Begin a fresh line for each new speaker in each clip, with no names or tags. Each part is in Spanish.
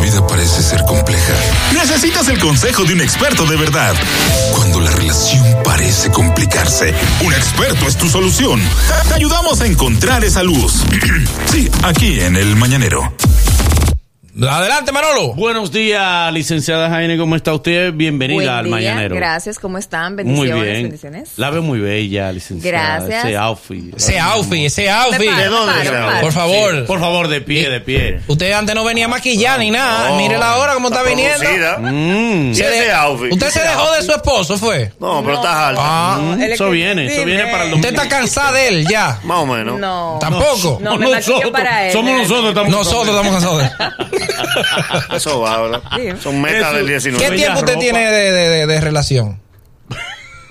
vida parece ser compleja,
necesitas el consejo de un experto de verdad.
cuando la relación parece complicarse,
Un experto es tu solución. Te ayudamos a encontrar esa luz. sí, aquí en el mañanero.
Adelante, Manolo.
Buenos días, licenciada Jaime, ¿cómo está usted? Bienvenida
Buen
al
día,
Mañanero.
Gracias, ¿cómo están?
Muy
Bendiciones,
bien.
bendiciones.
La veo muy bella, licenciada.
Gracias.
Ese outfit.
Ese outfit, ese
Me
outfit.
paro, me paro, me paro.
Por favor.
Por favor, de pie, de pie.
Usted antes no venía maquillada ni nada. Mírela ahora cómo está, viniendo.
producida.
Mm,
Sí,
Se
ese
de-
outfit.
Usted se
Ese
dejó de su esposo, fue.
No,
No.
pero estás alta.
Ah.
el
eso viene, eso viene
Mm.
para el
Usted está cansada de él ya.
Más o menos.
No.
Tampoco.
No, me maquillo para él.
Somos nosotros estamos
Nosotros estamos cansados de él.
Eso va, ¿verdad?
Sí.
Son metas
Eso-
del
¿Qué
19.
Bella
tiempo usted
ropa.
tiene de, de- de- de relación?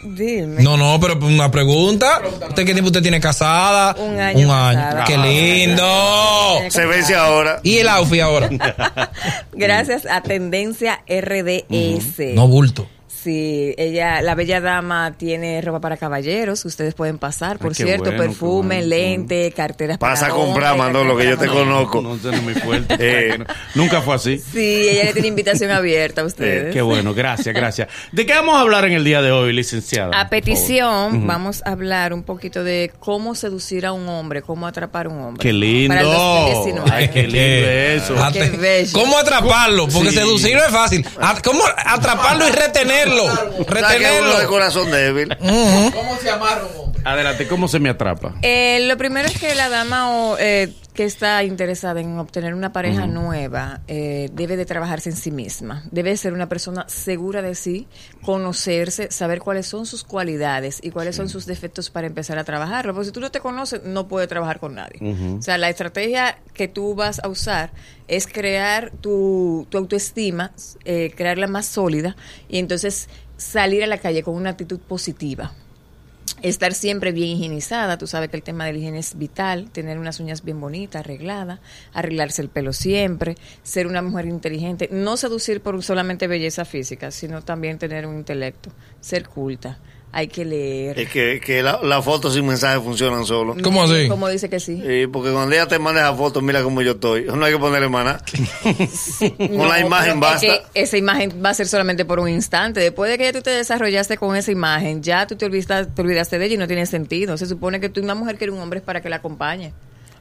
Dime.
No, no, pero una pregunta. ¿Usted qué tiempo usted tiene casada?
Un año casada. Ah,
¡Qué lindo!
Se vence ahora.
¿Y el outfit ahora?
Gracias a Tendencia RDS.
Mm,
No bulto.
Sí, ella, la bella dama tiene ropa para caballeros, ustedes pueden pasar, por
qué
cierto,
bueno, qué
perfume,
bueno.
lente, carteras para
Pasa a
hombre,
comprar, Manolo,
carteras
que yo
para
te
mujer.
conozco.
No, eso no es muy fuerte.
Eh.
o sea, que no- Nunca fue así. Eh,
Sí, ella le tiene invitación abierta a ustedes.
Qué bueno, gracias, gracias. ¿De qué vamos a hablar en el día de hoy, licenciada?
A
Por favor.
petición, vamos a hablar un poquito de cómo seducir a un hombre, cómo atrapar a un hombre.
Qué
Para
lindo.
el 2019.
Ay, qué lindo eso.
Ah, Qué bello.
Este, ¿Cómo atraparlo? Porque
Sí.
seducirlo es fácil. A- ¿Cómo atraparlo y retenerlo?
¿Sabes que uno de
Retenerlo. Mm.
corazón débil?
Adelante, ¿cómo se me atrapa?
Eh, lo primero es que la dama o, eh, que está interesada en obtener una pareja nueva eh, debe de trabajarse en sí misma. Debe ser una persona segura de sí, conocerse, saber cuáles son sus cualidades y cuáles son sus defectos para empezar a trabajarlo. Porque si tú no te conoces, no puedes trabajar con nadie. O sea, la estrategia que tú vas a usar es crear tu, tu autoestima, eh, crearla más sólida y entonces salir a la calle con una actitud positiva estar siempre bien higienizada, tú sabes que el tema de la higiene es vital, tener unas uñas bien bonitas, arregladas, arreglarse el pelo siempre, ser una mujer inteligente, no seducir por solamente belleza física, sino también tener un intelecto, ser culta, hay que leer.
Es que, que la- las fotos sin mensaje funcionan solo.
Eh, ¿Cómo así?
Como dice que sí.
Sí, porque cuando ella te manda esa foto, mira cómo yo estoy. No hay que ponerle maná. Con
No,
la imagen
pero es
basta.
que esa imagen va a ser solamente por un instante. Después de que ya tú te desarrollaste con esa imagen, ya tú te olvidaste, te olvidaste de ella y no tiene sentido. Se supone que tú una mujer quiere un hombre es para que la acompañe.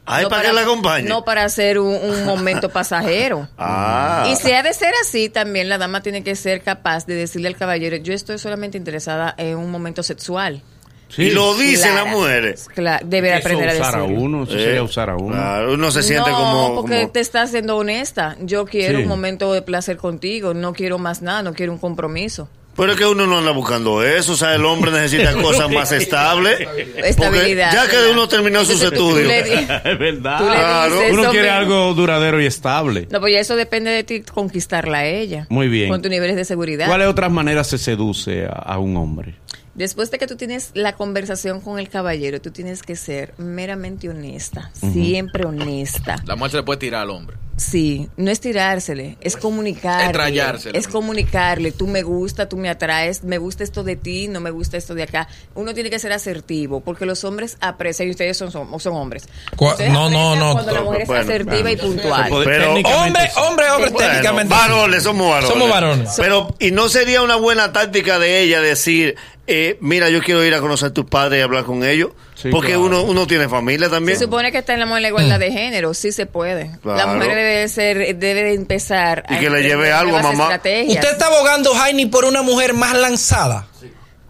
Ay, ¿para que la acompañe?
No para ser un, un momento pasajero.
Ah.
Y si ha de ser así, también la dama tiene que ser capaz de decirle al caballero, yo estoy solamente interesada en un momento sexual.
Sí.
Y lo dicen
Clara.
las mujeres.
Cla- debe
Eso
aprender a
usar a
decirlo.
uno, eso sería usar a uno.
Eh, Claro, uno se siente
no,
como.
porque
como-
te estás siendo honesta. Yo quiero
Sí.
un momento de placer contigo, no quiero más nada, no quiero un compromiso.
Pero es que uno no anda buscando eso, o sea, el hombre necesita cosas más estables.
Estabilidad,
Porque Ya que
¿verdad?
uno terminó sus
Entonces, tú
estudios.
le di-
Es verdad.
Tú le
Claro.
dices
Uno
eso
quiere
mismo.
algo duradero y estable.
No, pues ya eso depende de ti conquistarla a ella.
Muy bien.
Con tus niveles de seguridad.
¿Cuáles otras maneras se seduce a, a un hombre?
Después de que tú tienes la conversación con el caballero, tú tienes que ser meramente honesta, siempre honesta.
La mujer se le puede tirar al hombre. Pues,
Sí, no es tirársele, es comunicarle.
Es trallárselo.
Es comunicarle, tú me gusta, tú me atraes, me gusta esto de ti, no me gusta esto de acá. Uno tiene que ser asertivo, porque los hombres aprecian, y ustedes son, son, son hombres.
Cua-
Ustedes
no, no,
aprecian
no.
Cuando la mujer
Bueno,
es asertiva
bueno.
y puntual.
Pod-
Pero-
técnicamente
Hombre,
sí.
hombre, hombre,
Bueno,
técnicamente.
varones, somos varones.
Somos varones.
Pero, y no sería una buena táctica de ella decir, eh, mira, yo quiero ir a conocer a tus padres y hablar con ellos.
Sí,
porque
claro.
uno, uno tiene familia
Se
también.
supone que está en la, mo- en la igualdad de género, sí se puede. La
Claro.
mujer debe ser, debe de empezar
Y que le
emprender
lleve algo a
nuevas
mamá.
estrategias.
Usted está abogando, Jaime, por una mujer más lanzada.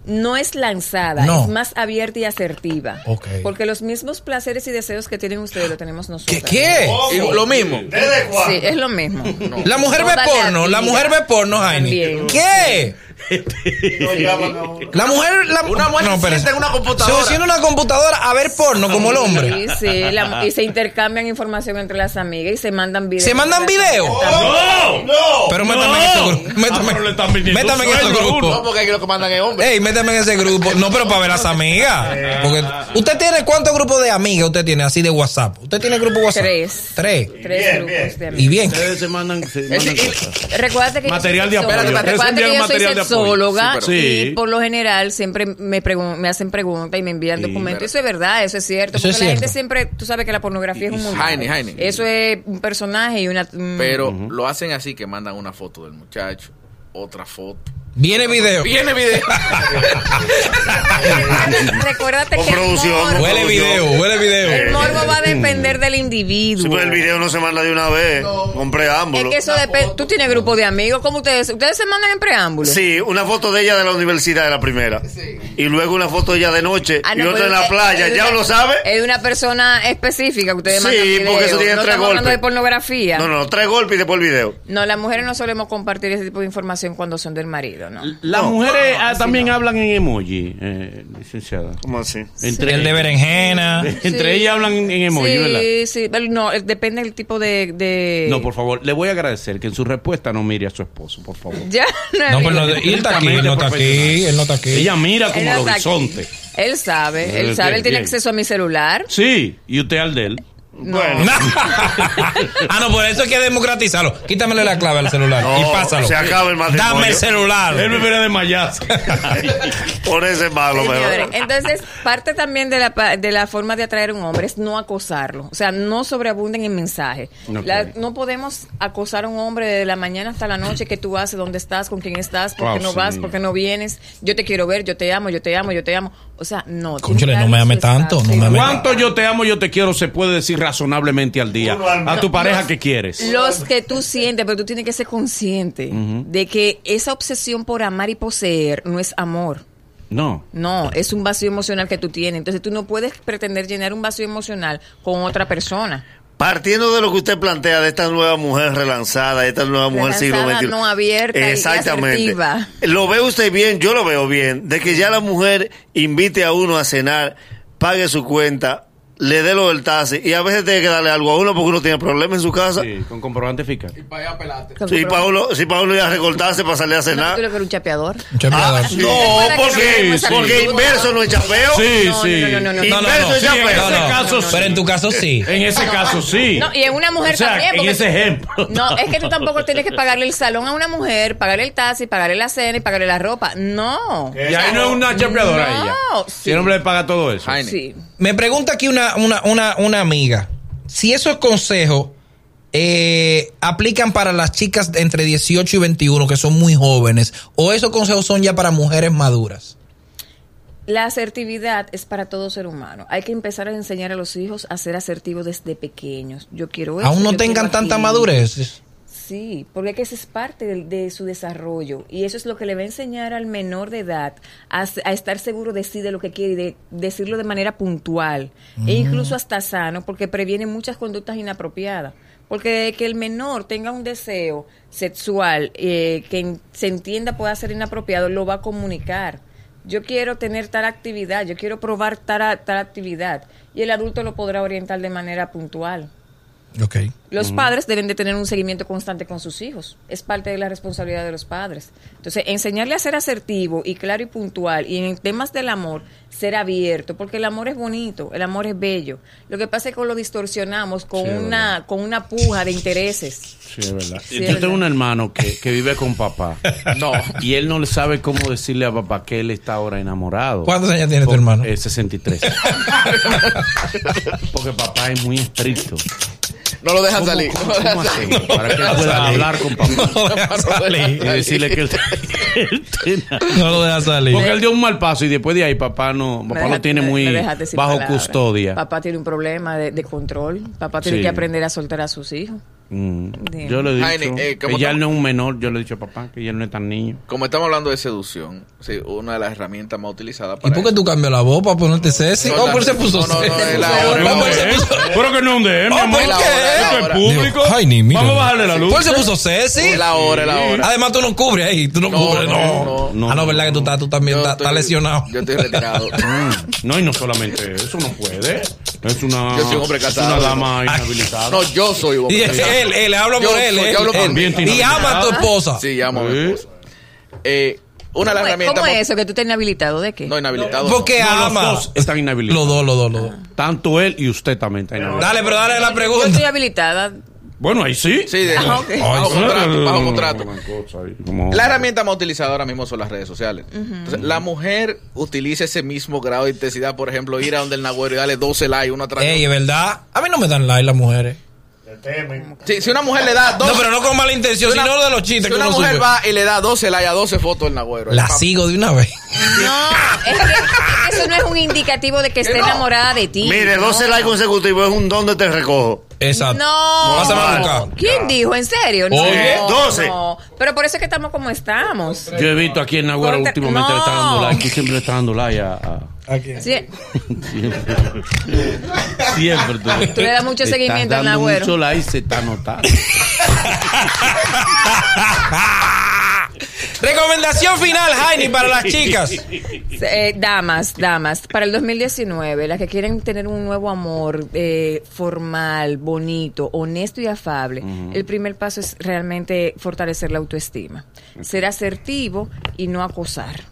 no es lanzada,
No.
es más abierta y asertiva.
Ok.
Porque los mismos placeres y deseos que tienen ustedes lo tenemos
¿Qué?
nosotros.
¿Qué?
Y lo mismo.
¿Desde
Sí,
cuándo?
es lo mismo.
La mujer ve
Toda
porno, la
vida.
mujer ve porno, Jaime.
También.
¿Qué? La mujer, la
Una mujer se
espérate.
sienta en una
Se
computadora.
sienta en una computadora a ver porno como el hombre.
Sí, sí, la- y se intercambian información entre las amigas y se mandan videos.
¿Se mandan videos?
¡No!
Oh.
¡No!
Pero métame en ese grupo.
Ah, pero le están
Métame,
viniendo
métame en ese
sueldo a
No,
grupo.
porque aquí lo que mandan es hombre.
Ey, métame en ese grupo. No, pero para ver las amigas.
Eh.
Porque usted tiene cuántos grupos de amigas usted tiene así de WhatsApp. ¿Usted tiene grupo WhatsApp?
Tres.
Tres.
Tres grupos de
Y
amigas.
bien.
Ustedes se mandan, se mandan cosas.
Recuerda que yo
Material
soy
de apoyo. Ustedes
sexóloga. Recuerda
envían
que yo soy
material de apoyo.
psicóloga
sí, pero-
y
Sí.
por lo general siempre me, pregun- me hacen preguntas y me envían
Sí,
documentos.
pero-
Eso es verdad, eso es cierto.
Eso
porque
es
la gente
cierto.
siempre, tú sabes que la pornografía es un mundo.
Heine, Heine.
Eso es un personaje y una... mm,
Pero lo hacen así que mandan una foto del muchacho, otra foto.
Viene video.
Viene video.
Recuérdate
Con
que el
producción, con
morbo,
Huele video, huele
el
video.
morbo va a depender del
Si
individuo.
pues el video no se manda de una vez, con
Es
preámbulo.
que eso depende. Tú tienes grupo de amigos. ¿Cómo ustedes? ¿Ustedes se mandan en preámbulo?
Sí, una foto de ella de la universidad de la primera. Y luego una foto de ella de noche
Ah,
y
no,
otra
pero
en la
es-
playa.
es
¿Ya
una-
lo sabe?
Es de una persona específica que ustedes
Sí,
mandan video.
porque eso tiene
no
tres
estamos hablando
golpes.
de pornografía.
No, no, no, tres golpes y después el video.
No, las mujeres no solemos compartir ese tipo de información cuando son del marido, ¿no?
Las mujeres ah, también hablan en emoji, eh, licenciada.
¿Cómo así?
Entre,
El de berenjena.
entre
Sí.
ellas hablan en en emoji,
sí,
¿verdad?
sí. Pero No, eh, depende del tipo de... de-
No, por favor, le voy a agradecer que en su respuesta no mire a su esposo, por favor.
Ya, no, es
No, pero
mi-
no, él está aquí, él no está aquí, él no está aquí.
Ella mira
Él
como al
está aquí.
horizonte.
Él sabe, él
Eh,
sabe,
bien,
él tiene
bien.
acceso a mi celular.
Sí, y usted al de él.
Bueno.
ah, no, por eso hay que democratizarlo. Quítamele la clave al celular
No,
y pásalo.
se acaba el matrimonio.
Dame el
Él me
celular.
viene de mayas.
Por ese es malo,
Señores,
mejor.
entonces parte también de la, pa- de la forma de atraer a un hombre es no acosarlo, o sea, no sobreabunden en mensajes.
Ok.
La- no podemos acosar a un hombre de la mañana hasta la noche, que tú haces, dónde estás, con quién estás, por qué
Ah,
no
sí.
vas, por qué no vienes, yo te quiero ver, yo te amo, yo te amo, yo te amo. O sea, no. tiene
Cónchale,
que
no me
darle
ame
su
tanto,
espacio.
no me ame.
¿Cuánto yo te amo, yo te quiero se puede decir razonablemente al día?
Uno al-
A tu pareja que quieres.
Los que tú sientes, pero tú tienes que ser consciente de que esa obsesión por amar y poseer no es amor.
No.
No, es un vacío emocional que tú tienes. Entonces tú no puedes pretender llenar un vacío emocional con otra persona.
Partiendo de lo que usted plantea de esta nueva mujer relanzada, de esta nueva mujer
Relanzada,
siglo XXI.
no abierta y
Exactamente.
asertiva.
Lo ve usted bien, yo lo veo bien, de que ya la mujer invite a uno a cenar, pague su cuenta, le dé lo del taxi y a veces tiene que darle algo a uno porque uno tiene problemas en su casa.
Sí, con comprobante fiscal.
Para allá pelate.
Con-
Si Pablo, si Pablo iba a recortarse para salir a
No,
cenar.
tú lo que eres un chapeador.
Ah,
Chapeador.
Recuerda
no,
que no
porque,
tenemos esa
porque
actitud.
inverso no es chapeo.
Sí,
No,
sí.
no, no, no,
No,
no,
no,
Inverso
no.
es
Sí,
chapeo.
no,
En ese
no.
caso, sí.
Pero en tu caso sí.
En ese caso, sí.
No, y en una mujer
O sea,
también.
en
porque-
ese ejemplo.
No, es que tú tampoco tienes que pagarle el salón a una mujer, pagarle el taxi, pagarle la cena y pagarle la ropa. No.
Y ahí no es una chapeadora
No,
ella.
sí.
Si el hombre le paga todo eso.
Jaime.
Sí.
Me pregunta aquí una, una, una, una amiga. Si esos consejos eh, aplican para las chicas de entre 18 y 21 que son muy jóvenes, o esos consejos son ya para mujeres maduras.
La asertividad es para todo ser humano. Hay que empezar a enseñar a los hijos a ser asertivos desde pequeños. Yo quiero eso.
Aún no
Pues, yo
tengan
quiero
tanta
aquello.
madurez.
Sí, porque que esa es parte del- de, su desarrollo y eso es lo que le va a enseñar al menor de edad a, s- a estar seguro de sí, de lo que quiere y de decirlo de manera puntual e incluso hasta sano porque previene muchas conductas inapropiadas. Porque de que el menor tenga un deseo sexual eh, que en- se entienda pueda ser inapropiado, lo va a comunicar. Yo quiero tener tal actividad, yo quiero probar tal, a- tal actividad y el adulto lo podrá orientar de manera puntual.
Ok.
Los padres deben de tener un seguimiento constante con sus hijos. Es parte de la responsabilidad de los padres. Entonces, enseñarle a ser asertivo y claro y puntual y en temas del amor, ser abierto, porque el amor es bonito, el amor es bello. Lo que pasa es que lo distorsionamos con,
Sí, es
una, con una puja de intereses.
Sí, es verdad.
Sí,
Yo
es verdad.
tengo un hermano que, que vive con papá.
No.
Y él no le sabe cómo decirle a papá que él está ahora enamorado.
¿Cuántos años tiene tu hermano?
Eh, 63. Porque papá es muy estricto.
No lo dejan
¿Cómo-
salir.
cómo-
No lo dejan
cómo
salir.
hacemos para que él pueda hablar con papá?
No lo deja
Y
salir.
decirle que él, él tiene-
No lo deja salir.
Porque él dio un mal paso y después de ahí papá no,
Me
papá lo
dejaste-
tiene
me-
muy
me dejaste sin
bajo
palabras.
custodia.
Papá tiene un problema de, de control. Papá tiene
Sí.
que aprender a soltar a sus hijos.
Mm.
Dime.
Yo le he
Jaime,
dicho
eh, ¿cómo
que ya
estamos?
él no es un menor. Yo le he dicho a papá que ya él no es tan niño.
Como estamos hablando de seducción, sí, una de las herramientas más utilizadas
¿Y
para.
por qué
eso.
tú cambias la voz para ponerte sexy?
No,
Oh,
la-
por se puso
no, no, no,
sexy.
es la-
Oh,
es la-
por se
es-
puso-
Pero que no de
Oh, ¿por
la
qué?
hora, es la
Esto es
hora.
público.
Ay, ni mira.
Vamos a bajarle la luz.
Por se puso sexy.
Es la hora, es la hora.
Además, tú no cubres ahí. Tú no,
No,
cubres, no.
no,
no.
ah, no, verdad que tú, estás, tú también
Yo
estás
estoy-
estás lesionado. Ah.
Yo estoy retirado.
No, y no solamente eso, no puede. Es una,
Yo soy un hombre
es
casado.
una dama
Ah.
inhabilitada.
no, yo soy un
Y
hombre.
él, él, hablo
Yo-
por él.
yo
él,
hablo
él.
también, tiene
Y ama a tu esposa.
Sí, llamo a mi
Sí.
esposa. Eh, una de las
¿Cómo, es-
herramientas.
cómo
más-
es eso? ¿Que tú tenés habilitado de qué?
No, inhabilitado. no.
Porque
No, los
ama.
dos están inhabilitados.
Los dos, los dos, los dos.
Ah.
Tanto él y usted también están inhabilitados.
Dale, pero dale la
Yo estoy
pregunta.
habilitada
Bueno, ahí sí.
Sí, de,
Ah, ok.
bajo contrato, bajo contrato.
Una cosa ahí, como-
La herramienta más utilizada ahora mismo son las redes sociales. Entonces, la mujer utiliza ese mismo grado de intensidad. Por ejemplo, ir a donde el Nagüero y darle 12 likes, uno atrás. de
Ey,
otro.
es verdad. A mí no me dan like las mujeres.
Sí, si una mujer le da 12.
eh, No, pero no con mala intención,
si una-
sino de los chistes
si
que
una
uno
mujer
sube.
va y le da 12 likes a 12 fotos del Nagüero.
La
El papá-
sigo de una vez.
No, es que eso no es un indicativo de que esté enamorada de ti.
Mire,
no.
12 likes consecutivos es un don de te recojo.
Exacto.
No.
Pásame a buscar.
¿Quién dijo? ¿En serio? No,
Oye,
12.
no. Pero por eso es que estamos como estamos.
Yo he visto aquí en Nagüero
Contra-
últimamente le está dando
No.
like. Tú siempre le estás dando like a. a-
Sí.
Siempre. siempre tú,
Tú le das mucho
estás
seguimiento al
dando
Nagüero.
Mucho like se está notando.
Recomendación final, Jaime, para las chicas.
Eh, damas, damas, para el 2019, las que quieren tener un nuevo amor eh, formal, bonito, honesto y afable, el primer paso es realmente fortalecer la autoestima, ser asertivo y no acosar.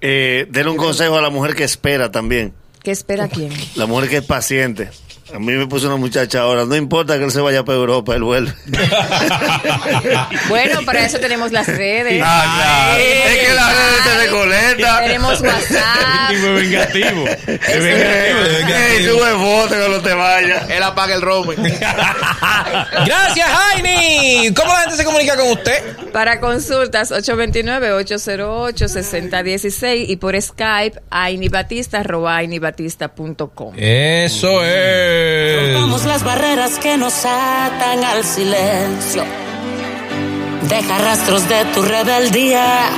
Eh, denle un consejo a la mujer que espera también.
¿Qué espera quién?
La mujer que es paciente. A mí me puso una muchacha ahora. No importa que él se vaya para Europa, él vuelve.
Bueno, para eso tenemos las redes. Eh,
Ah, claro. Es que las redes te recolectan.
Tenemos WhatsApp.
Tipo vengativo. Es
Ey, sube foto que no te vayas.
Él apaga el roaming.
Gracias, Jaime. ¿Cómo la gente se comunica con usted?
Para consultas, 829-808-6016 y por Skype, ainibatista, arroba ainibatista.com.
Eso es.
Rompamos las barreras que nos atan al silencio. Deja rastros de tu rebeldía.